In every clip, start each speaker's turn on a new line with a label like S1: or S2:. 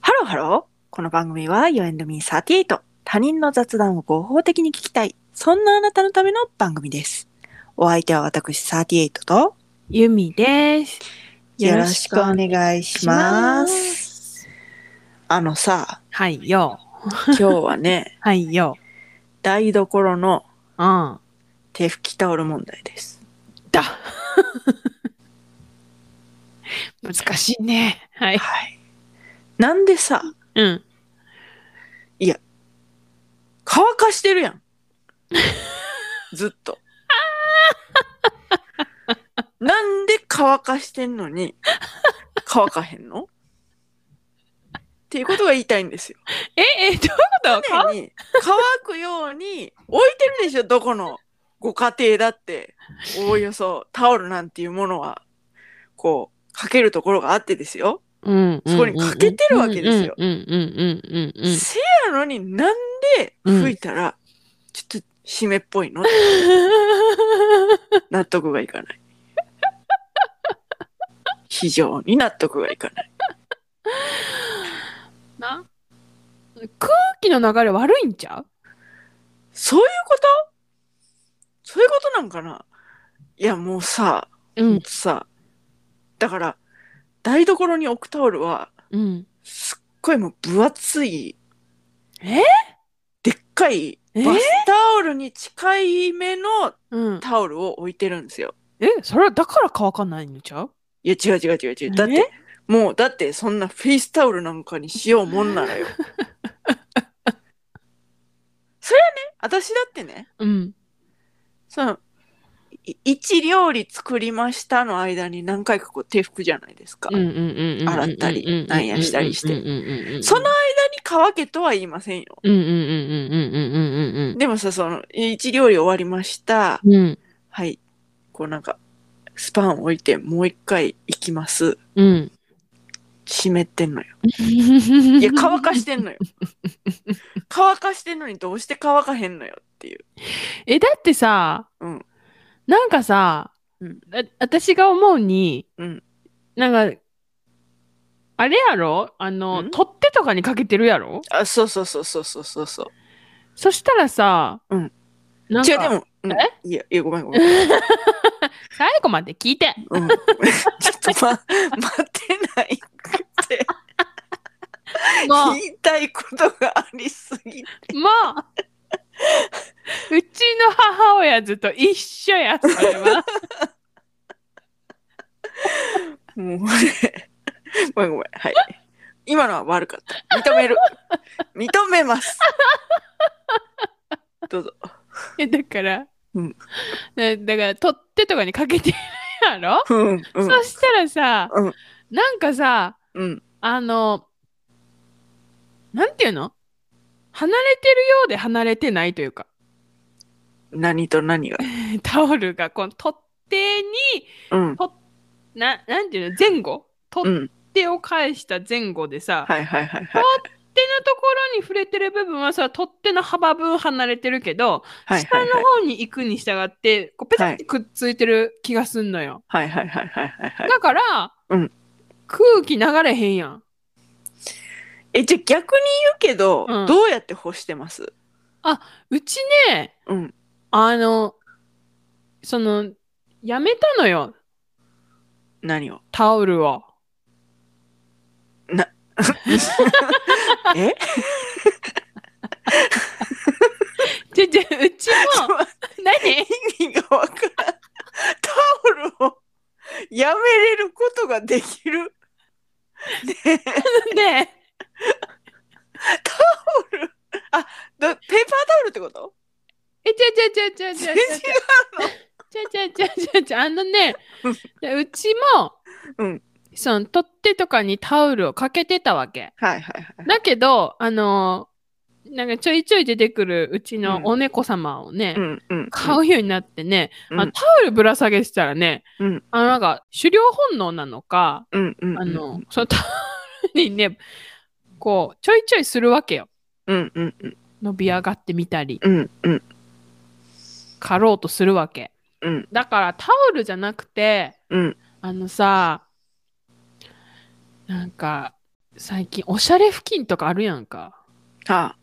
S1: ハロー。この番組は You and me38。他人の雑談を合法的に聞きたい。そんなあなたのための番組です。お相手は私38と
S2: ゆみです。
S1: よろしくお願いします。あの さ、
S2: はいよ。
S1: 今日はね、
S2: はいよ。
S1: 台所の
S2: うん。
S1: 手拭きタオル問題です。
S2: だ。難しいね。はい。
S1: はい。なんでさ、
S2: うん。
S1: 乾かしてるや ん。ずっと。なんで乾かしてんのに乾かへんのっていうことが言いたいんですよ。
S2: え、え、どういうことか
S1: 常に乾くように置いてるでしょ、どこのご家庭だって。おおよそタオルなんていうものは、こう、かけるところがあってですよ。
S2: うん
S1: そこに欠けてるわけですよ
S2: うんうんうんうんうんうん。
S1: せやのになんで吹いたら、ちょっと湿っぽいの納得がいかない。非常に納得がいかない。
S2: な空気の流れ悪いんちゃう
S1: そういうことそういうことなんかないやもうさ、
S2: う
S1: ほんとさ、だから台所に置くタオルは
S2: うん。
S1: すっごいもう分厚い、
S2: え
S1: でっかい
S2: え
S1: バスタオルに近い目の
S2: うん。
S1: タオルを置いてるんですよ。
S2: え、それはだから乾かないのちゃう
S1: いや違う違う違う違う。だってもうだってそんなフェイスタオルなんかにしようもんならよ。 それはね私だってね
S2: うん。
S1: そのい一料理作りましたの間に何回かこう手拭くじゃないですか。
S2: うんうんうんうん。
S1: 洗ったりなんやしたりして
S2: うんうんうんうん。
S1: その間に乾けとは言いませんよ。
S2: うんうんうんうんうんうん
S1: でもさその一料理終わりました。
S2: うんうん。
S1: はいこうなんかスパン置いてもう一回行きます。
S2: うん。
S1: 湿ってんのよ。
S2: い
S1: いや乾かしてん のよ。乾かしてんのにどうして乾かへんのよっていう。
S2: え、だってさ、
S1: うん
S2: なんかさ、
S1: うん
S2: あ私が思うに、
S1: うん
S2: なんか、あれやろあの、
S1: ん
S2: 取っ手とかにかけてるやろ
S1: あそうそうそうそうそうそうそう。
S2: そしたらさ、
S1: うん
S2: なんか
S1: 違うでも、うん
S2: え
S1: いやいやごめんごめん。
S2: 最後まで聞いて。
S1: うん、 ちょっと、ま、待ってないって
S2: も
S1: 言いたいことがありすぎ。
S2: う、もう、うちの母親ずっと一緒や、それは。
S1: もうねごめんごめん。はい。今のは悪かった。認める。認め ます。どうぞ。
S2: いやだから、
S1: うん
S2: なだから取っ手とかにかけてるやろ、
S1: うんうん
S2: そしたらさ、
S1: うん
S2: なんかさ
S1: うん
S2: あのなんていうの離れてるようで離れてないというか
S1: 何と何が。
S2: タオルがこの取っ手に
S1: うん
S2: ななんていうの前
S1: う
S2: 後取っ
S1: ん。
S2: 手を返した前後でさ、
S1: はいはいはいはい。
S2: 手のところに触れてる部分はそれは取っ手の幅分離れてるけど、
S1: はいはい
S2: 下の方に行くに従ってこうペタってくっついてる気がすんのよ。
S1: はいはいはいはいはいはい。
S2: だから、
S1: うん
S2: 空気流れへんやん。
S1: え、じゃあ逆に言うけど、
S2: うん
S1: どうやって干してます
S2: うちね、
S1: うん。
S2: あの、その、やめたのよ、
S1: 何を
S2: タオルを。
S1: え
S2: じゃ、じゃ、 うちも、 何
S1: 意味がわからん。タオルをやめれることができる。ねえだ
S2: で、
S1: ペーパータオルってこと
S2: え、じゃじゃじゃじゃじゃ
S1: 全然
S2: じゃじゃじゃじゃじゃあのね、でうちも、
S1: うん
S2: その、取っ手とかにタオルをかけてたわけ。
S1: はいはいはい。
S2: だけど、あの、なんかちょいちょい出てくるうちのお猫様をね、
S1: うんうん。
S2: 買うようになってね、
S1: うん
S2: あタオルぶら下げてたらね、
S1: うん
S2: あのなんか狩猟本能なのか、
S1: うんうんうん。
S2: あの、そのタオルにね、こう、ちょいちょいするわけよ。
S1: うんうんうん
S2: 伸び上がってみたり、
S1: うんうん
S2: 刈ろうとするわけ。
S1: うん
S2: だからタオルじゃなくて、
S1: うん
S2: あのさ、なんか、最近おしゃれ付近とかあるやんか
S1: は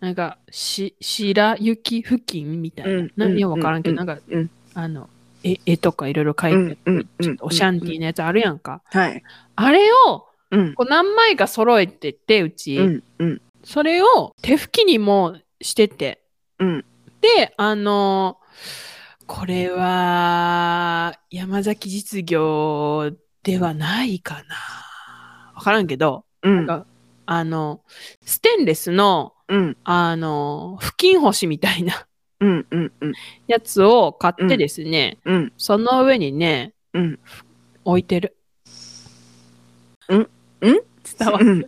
S2: なんかし白雪付近みたいな,、
S1: うん
S2: な
S1: うん
S2: よくわからんけど、
S1: うん
S2: なんか、
S1: うん
S2: あの絵絵とかいろいろ
S1: あ。
S2: 描いて、
S1: うんうんうん。
S2: おシャンティーのやつあるやんか、
S1: はい。
S2: あれを
S1: うん。
S2: こう何枚か揃えててうち、
S1: うんうん
S2: それを手拭きにもしてて、
S1: うん
S2: であのこれは山崎実業ではないかなわからんけど
S1: うん
S2: なんかあのステンレスの
S1: うん
S2: あの布巾干しみたいな
S1: うんうんうん
S2: やつを買ってですね、
S1: うん
S2: その上にね
S1: うん
S2: 置いてる。
S1: んん
S2: 伝わ
S1: う
S2: る
S1: ん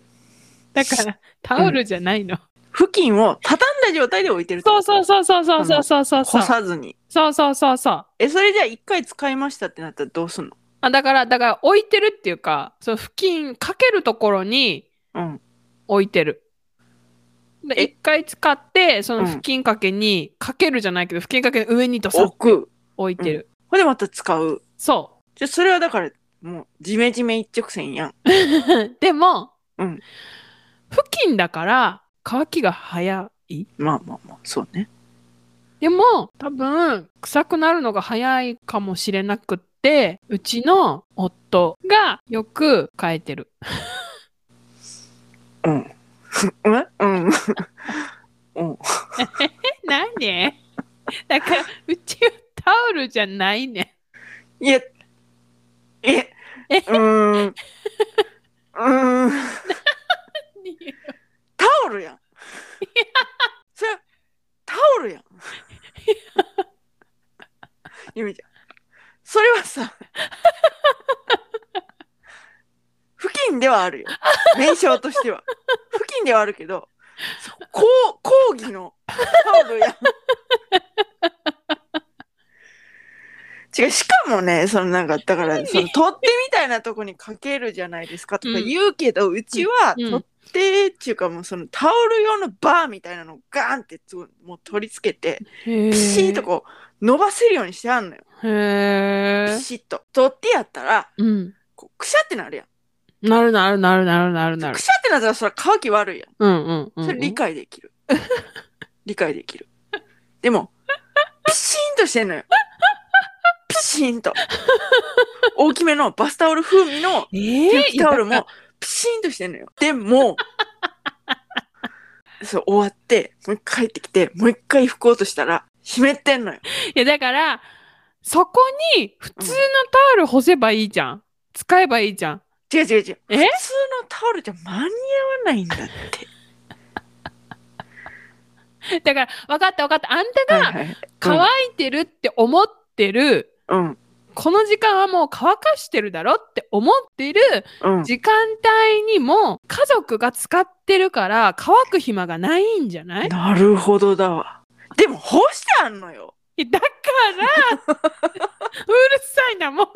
S2: だからタオルじゃないの。
S1: 付近を畳んだ状態で置いてる
S2: そうそうそうそうそうそうそうそ
S1: 干
S2: うそう。
S1: さずに
S2: そうそうそうそう。
S1: えそれじゃあ一回使いましたってなったらどうすんの
S2: あだからだから置いてるっていうかその付近かけるところに
S1: うん
S2: 置いてる。
S1: え
S2: で一回使ってその
S1: うん
S2: 付近掛けに、かけるじゃないけど付近掛けの上にとさ
S1: 置く
S2: 置いてる。
S1: ほんでまた使う
S2: そ
S1: じゃあそれはだからもうジメジメ一直線やん
S2: う。でも、
S1: うん
S2: 付近だから乾きが早い。
S1: まあまあまあそうね
S2: でも多分臭くなるのが早いかもしれなくってうちの夫がよく変えてる。
S1: うん うんうん うん
S2: 何 だからうちはタオルじゃないね
S1: いやえう
S2: え
S1: ーんうーん
S2: ん。いや
S1: タオルやんそれタオルやんゆみちゃんそれはさ付近ではあるよ名称としては付近ではあるけどそこう講義のタオルやん違うしかもねそのなんかだからその取っ手みたいなとこにかけるじゃないですかとか言うけど、うちは
S2: うん
S1: 取っ手っていうかもうそのタオル用のバーみたいなのをガーンってつもう取り付けてピシッとこう伸ばせるようにしてあんのよ
S2: へえ
S1: ピ。シッと取っ手やったら
S2: うん。
S1: こうくしゃってなるやん
S2: なるなるなるなるなるな
S1: く
S2: る。
S1: しゃってなったらそれは乾き悪いやん
S2: うんうんうん。
S1: それ理解できる 理解できるでもピシーンとしてんのよピシーンと大きめのバスタオル風味の
S2: え
S1: 手
S2: ー
S1: 拭きタオルもピシーンとしてんのよでも そう終わってもう一回帰ってきてもう一回拭こうとしたら湿ってんのよ
S2: いやだからそこに普通のタオル干せばいいじゃん。使えばいいじゃん。
S1: 違う違う違う。普
S2: え
S1: 通のタオルじゃ間に合わないんだって。
S2: だから分かった分か った。あんたが
S1: はいはい
S2: 乾いてるって思ってる。
S1: うん
S2: この時間はもう乾かしてるだろって思ってる
S1: うん。
S2: 時間帯にも家族が使ってるから乾く暇がないんじゃない
S1: なるほどだわ。でも干してあんのよ。
S2: だからうるさいなもう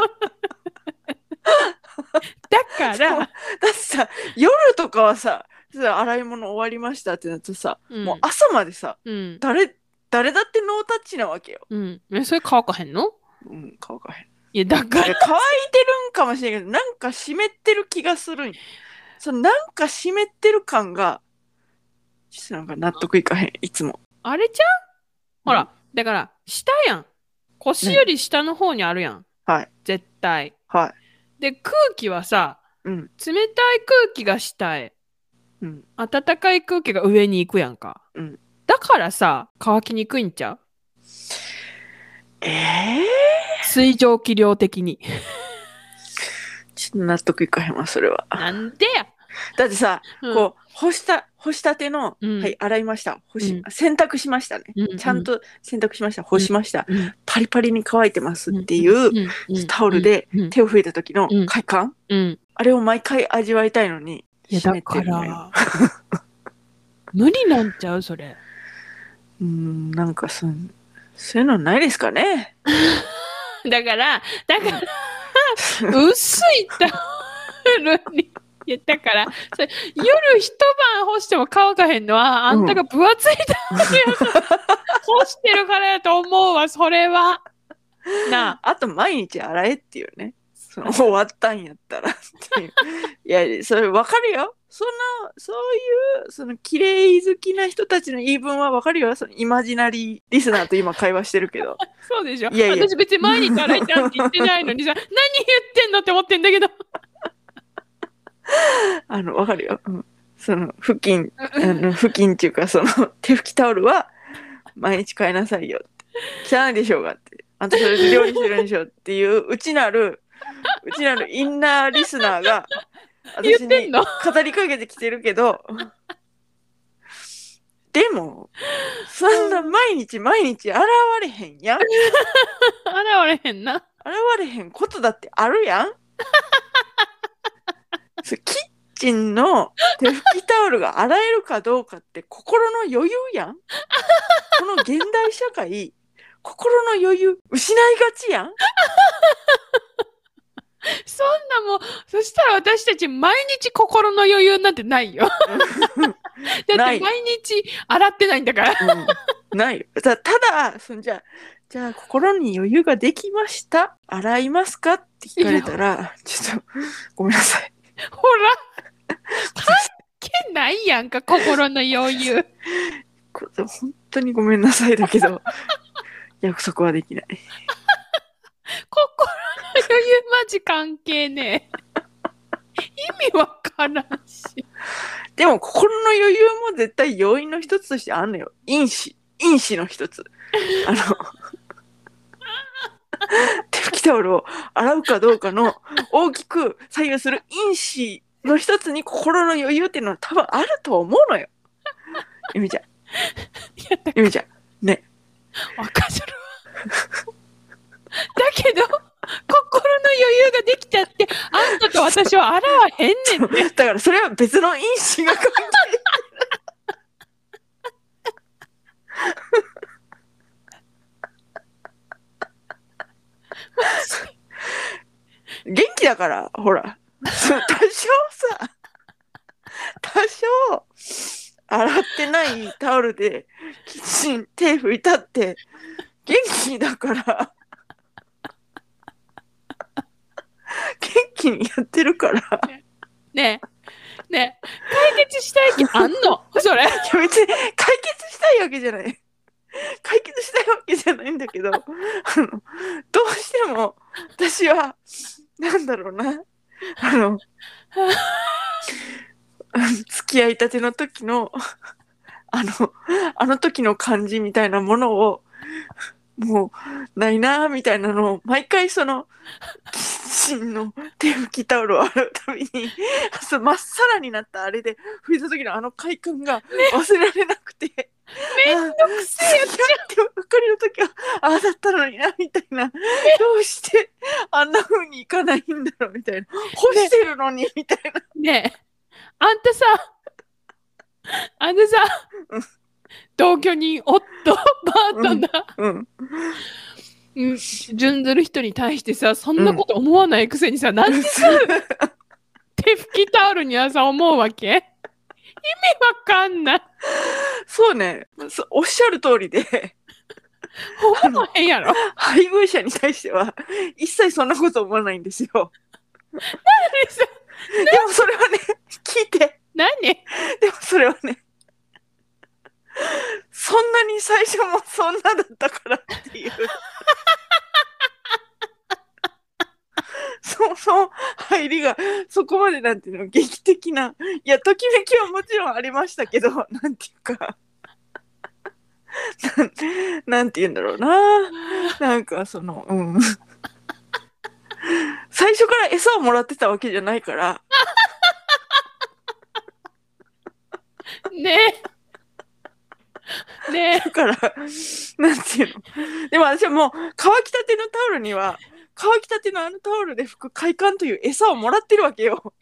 S2: だから、
S1: だってさ夜とかはささ洗い物終わりましたってなってさ、
S2: うん、
S1: もう朝までさ
S2: うん、
S1: 誰誰だってノータッチなわけよ。
S2: うん、えそれ乾かへんの
S1: うん乾かへん。
S2: いやだか
S1: いや
S2: ら
S1: 乾いてるんかもしれんけどなんか湿ってる気がするんよそのなんか湿ってる感がちょっとなんか納得いかへんいつも。
S2: あれちゃうほら、
S1: うん
S2: だから下やん腰より下の方にあるやん、
S1: はい
S2: 絶対
S1: はい。
S2: で空気はさ
S1: うん
S2: 冷たい空気が下へ
S1: うん
S2: 暖かい空気が上に行くやんか、
S1: うん
S2: だからさ乾きにくいんちゃう
S1: ええー。
S2: 水蒸気量的に
S1: ちょっと納得いかへんわそれは。
S2: なんでや、
S1: だってさ、
S2: うん
S1: こう干した干したての、
S2: うん
S1: はい洗いました干し、
S2: う
S1: 洗濯しましたね、
S2: うん
S1: ちゃんと洗濯しました干しました、
S2: うん
S1: パリパリに乾いてますっていう、
S2: んん
S1: タオルで
S2: うん
S1: 手を拭いた時の
S2: うん
S1: 快感、
S2: うん
S1: あれを毎回味わいたいのに
S2: いや
S1: 閉
S2: だ
S1: めて
S2: か
S1: るのよ
S2: ら無理なんちゃうそれ
S1: うーんなんかそんそういうのないですかね
S2: だからだから薄いタオルに。いやだからそれ夜一晩干しても乾かへんのはあんたが分厚いタオルやから干してるからやと思うわそれは。なあ
S1: あと毎日洗えっていうねその終わったんやったらっていういやそれわかるよそのそういうその綺麗好きな人たちの言い分はわかるよそのイマジナリーリスナーと今会話してるけど
S2: そうでしょ
S1: いやいや
S2: 私別に毎日洗いたいって言ってないのにさ何言ってんのって思ってんだけど
S1: あのわかるよ、うん、その布巾あの布巾っていうか その手拭きタオルは毎日買いなさいよって汚いでしょうがってあんたそれで料理してるんでしょっていううちな るうちなるインナーリスナーが
S2: 言っ
S1: 私
S2: て
S1: に
S2: んの
S1: 語りかけてきてるけどでもそんな毎日毎日現れへんやん現
S2: 現れへんな
S1: れへんことだってあるやん そうキッチンの手拭きタオルが洗えるかどうかって心の余裕やんこの現代社会心の余裕失いがちやん
S2: そんなもうそしたら私たち毎日心の余裕なんてない よだって
S1: ない
S2: 毎日洗ってないんだから
S1: うんないよたただそんじゃじゃあ心に余裕ができました洗いますかって聞かれたらちょっとごめんなさい
S2: ほら関係ないやんか心の 余裕
S1: こ本当にごめんなさいだけ ど約束はできない
S2: 心の余裕マジ関係ねえ意味わからんし
S1: でも心の余裕も絶対要因の一つとしてあんのよ因子因子の一つあの手拭きタオルを洗うかどうかの大きく左右する因子の一つに心の余裕っていうのは多分あると思うのよゆみちゃん
S2: いやだ
S1: ゆみちゃん
S2: わかるだけど心の余裕ができちゃってあんたと私は洗わへんねんって
S1: だからそれは別の因子が関係 元気だからほらそ多少さ多少洗ってないタオルでキッチン手拭いたって元気だから元気にやってるから
S2: ねえねえ解決したい気あんの それ
S1: いや別に解決したいわけじゃない解決したいわけじゃないんだけどあのどうしても私はなんだろうなあのあの付き合いたての時のあのあの時の感じみたいなものをもうないなーみたいなのを毎回そのキッチンの手拭きタオルを洗うたびにそう真っさらになったあれで拭いた時のあの快感が忘れられなくて、
S2: め
S1: んどくせえやってばっかりの時はああだったのになみたいなどうしてあんな風にいかないんだろうみたいな干してるのにみたいな
S2: ねえあんたさあのさ
S1: うん
S2: 同居人夫パートナー、
S1: うん
S2: うん、準ずる人に対してさそんなこと思わないくせにさ、なんでさ手拭きタオルにはさ思うわけ意味わかんない
S1: そうねそうおっしゃる通りで
S2: 思わへんやろ
S1: 配偶者に対しては一切そんなこと思わないんですよでもそれはね聞いて
S2: 何
S1: でもそれはね、そんなに最初もそんなだったからっていう。そもそも入りがそこまでなんていうの劇的ないやときめきはもちろんありましたけどなんていうかなんなんて言うんだろうななんかそのうん最初から餌をもらってたわけじゃないから
S2: ねえね
S1: だから、なんていうの。でも私はもう、乾きたてのタオルには、乾きたてのあのタオルで拭く快感という餌をもらってるわけよ。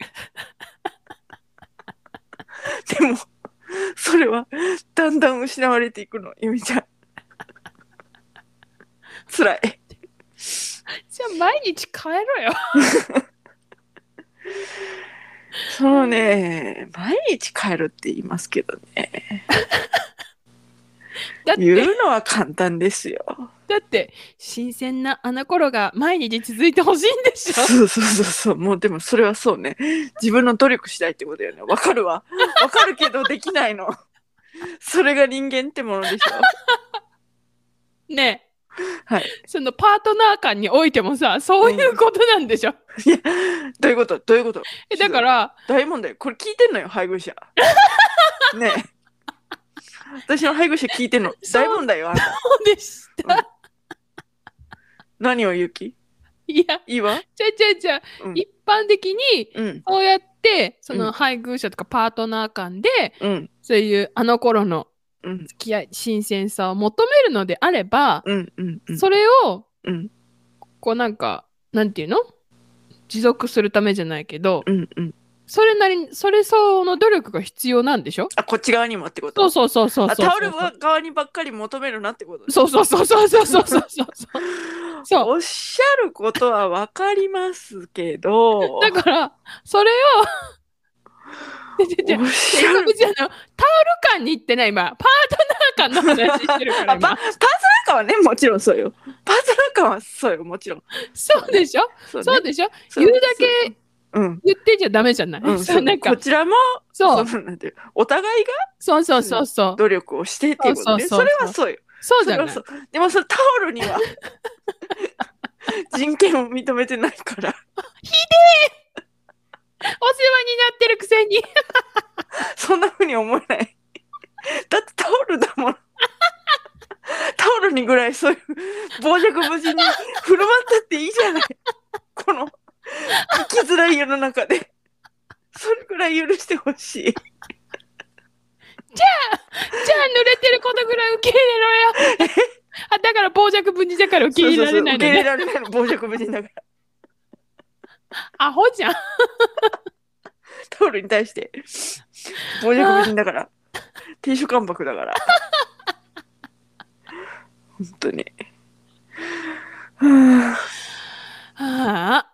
S1: でも、それは、だんだん失われていくの、ゆみち ゃん。辛い。
S2: えじゃあ毎日帰ろよ
S1: そのね、毎日帰るって言いますけどね。
S2: だって
S1: 言うのは簡単ですよ。
S2: だって新鮮なあの頃が毎日続いてほしいんでしょ
S1: そうそうそうそう。もうでもそれはそうね。自分の努力したいってことよね。わかるわ。わかるけどできないの。それが人間ってものでしょ。
S2: ね
S1: はい。
S2: えそのパートナー間においてもさそういうことなんでしょ、
S1: いや、どういうことどういうこと
S2: えだから
S1: 大問題。これ聞いてんのよ、配偶者。ねえ。私の配偶者聞いてんの。
S2: そう
S1: 大問題よ、あんた。
S2: そうでした、
S1: 何を言う気
S2: いや
S1: いいわ。
S2: じゃあじゃあじゃあ、
S1: うん
S2: 一般的に
S1: うん。
S2: こうやってそうの
S1: ん
S2: 配偶者とかパートナー間で、
S1: うん。
S2: そういうあの頃の
S1: うん。
S2: 付き合い新鮮さを求めるのであれば、
S1: うん。うん。うん
S2: それを
S1: うん。
S2: こうなんかなんていうの持続するためじゃないけど、
S1: うん。うん。
S2: それなりにそれ相応の努力が必要なんでしょ
S1: あ、こっち側にもってこと
S2: そうそうそうそうそう
S1: あタオル側にばっかり求めるなってこと
S2: そうそうそうそうそうそうそうそうそう
S1: おっしゃることはわかりますけど。
S2: だからそれをじゃじゃ
S1: おっ
S2: じ
S1: し
S2: ゃ
S1: ゃ
S2: あ
S1: る。
S2: 別にあのタオル間に行ってない今パートナー間の話してるから
S1: あパパ
S2: 今
S1: ートナー間はね、もちろんそうよ。パートナー間はそうよ、もちろん。
S2: そうでしょ
S1: そう,、
S2: そうでしょ
S1: そう
S2: 言うだけ
S1: うん。
S2: 言ってちゃダメじゃない、
S1: うん、
S2: そうなんか
S1: こちらも
S2: そう
S1: そうなんていうお互いが
S2: そうそうそうそう。
S1: 努力をしてっていうことね
S2: そうそうそう
S1: そ
S2: そう
S1: れはそうよ
S2: そう
S1: そ
S2: じ
S1: れ
S2: ゃな。
S1: はいそ
S2: そう
S1: でもそれタオルに は人権を認めてないから
S2: お世話になってるくせに。
S1: そんな風に思えない。だってタオルだもん。タオルにぐらいそういう傍若無人に振る舞ったっていいじゃない。この生きづらい世の中で。それぐらい許してほしい。
S2: じゃあ濡れてることぐらい受け入れろよ。あだから傍若無人だから受け入れられないの
S1: そうそうそう受け入れ
S2: ね。
S1: られないの傍若無人だから。
S2: アホじゃん。
S1: タオルに対して傍若無人だから。亭主関白だから。本当に。はあ
S2: はあ。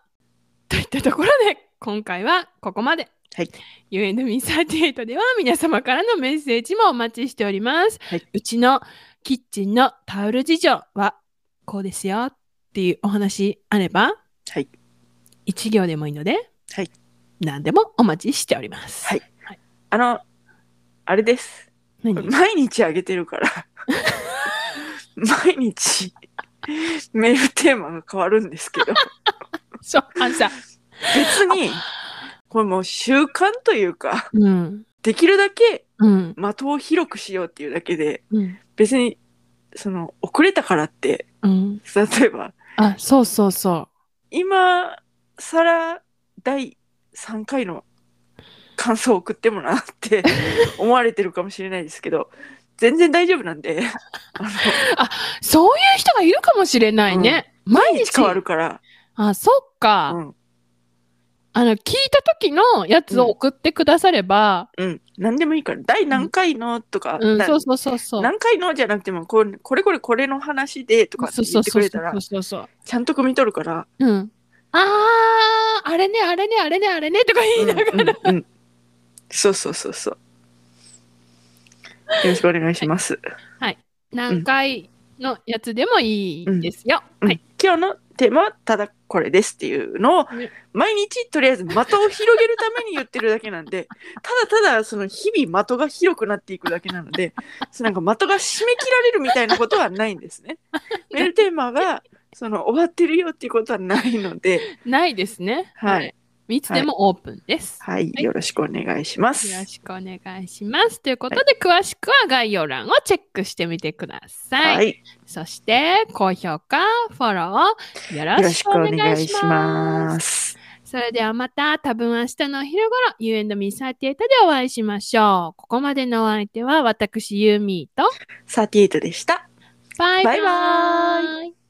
S2: といったところで今回はここまで。
S1: はい
S2: UNB38 では皆様からのメッセージもお待ちしております。
S1: はいう
S2: ちのキッチンのタオル事情はこうですよっていうお話あれば、
S1: はい
S2: 一行でもいいので、
S1: はい
S2: 何でもお待ちしております。
S1: はいあの、あれです。
S2: 何
S1: 毎日あげてるから毎日メールテーマが変わるんですけど
S2: そう、あのさ、
S1: 別にこれもう習慣というか
S2: うん、
S1: できるだけ
S2: うん、
S1: 的を広くしようっていうだけで
S2: うん、
S1: 別にその遅れたからって
S2: うん。
S1: 例えば
S2: あ、そうそうそ
S1: 今更第3回の感想を送ってもなって思われてるかもしれないですけど全然大丈夫なんであの
S2: う。そういう人がいるかもしれないね。毎
S1: 毎
S2: 日
S1: 日変わるから。
S2: あ、そっか。
S1: うん
S2: あの、聞いた時のやつを送ってくだされば、
S1: うん、何でもいいから第何回のとか、
S2: うん、
S1: な
S2: そうそうそうそう。
S1: 何回のじゃなくてもこうこれこれこれの話でとかって
S2: そうそ
S1: 言
S2: う
S1: って
S2: そ
S1: く
S2: う
S1: れ
S2: そ
S1: たら
S2: うそうそう。
S1: ちゃんと汲み取るから
S2: うん。あー、あれね、あれね、あれね、あれね、とか言いながら。
S1: うんうんうんそうそうそうそうよろしくお願いします、
S2: 何回のやつでもいいですよ。
S1: うん
S2: はい。
S1: 今日のテーマはただこれですっていうのを
S2: ね
S1: 毎日とりあえず的を広げるために言ってるだけなんでただただその日々的が広くなっていくだけなのでそうなんか的が締め切られるみたいなことはないんですね。メールテーマがその終わってるよっていうことはないので、
S2: ないですね。
S1: はい。
S2: いつでもオープンです。
S1: はい、
S2: はい
S1: よろしくお願いします。
S2: よろしくお願いします。ということで、詳しくは概要欄をチェックしてみてください。
S1: はい、
S2: そして、高評価、フォロー、よ
S1: よ
S2: ろ
S1: ろ
S2: し
S1: し
S2: く
S1: く
S2: お
S1: お
S2: 願
S1: 願
S2: い
S1: い
S2: し
S1: し
S2: ま
S1: ま
S2: す。
S1: す。
S2: それではまた、多分明日のお昼頃、You and Me38 でお会いしましょう。ここまでのお相手は、私、ユーミーと、
S1: 38でした。
S2: バイバ
S1: バイバ
S2: イ